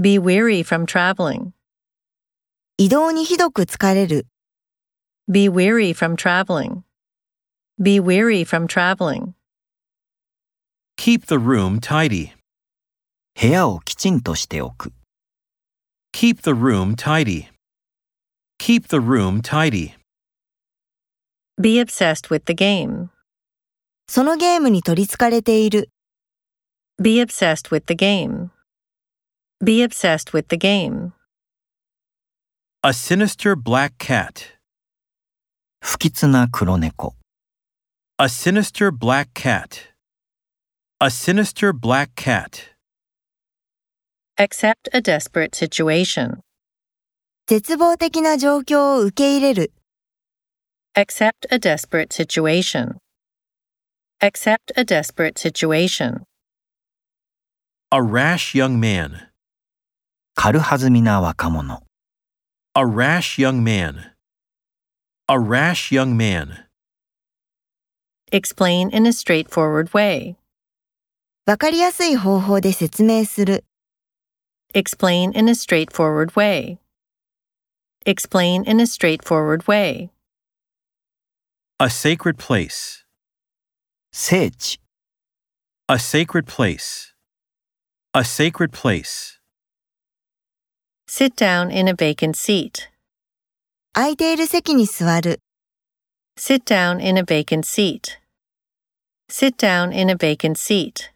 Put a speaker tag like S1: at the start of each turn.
S1: Be weary from traveling.
S2: 移動にひどく疲れる。
S1: Be weary from traveling. Be weary from traveling.
S3: Keep the room tidy.
S4: 部屋をきちんとしておく。
S3: Keep the room tidy. Keep the room tidy.
S1: Be obsessed with the game.
S2: そのゲームに取り憑かれている。
S1: Be obsessed with the game. Be obsessed with the game.
S3: A sinister black cat.
S4: 不吉な黒猫。
S3: A sinister black cat. A sinister black cat.
S1: Accept a desperate situation.
S2: 絶望的な状況を受け入れる。
S1: Accept a desperate situation. Accept a desperate situation.
S3: A rash young man.
S4: 軽はずみな若者。
S3: A rash young man. A rash young man.
S1: Explain in a straightforward way.
S2: わかりやすい方法で説明する。
S1: Explain in a straightforward way. Explain in a straightforward way.
S3: A sacred place.
S4: 聖地。
S3: A sacred place. A sacred place.
S1: Sit down in a vacant seat.
S2: 空いている席に座る。
S1: Sit down in a vacant seat. Sit down in a vacant seat.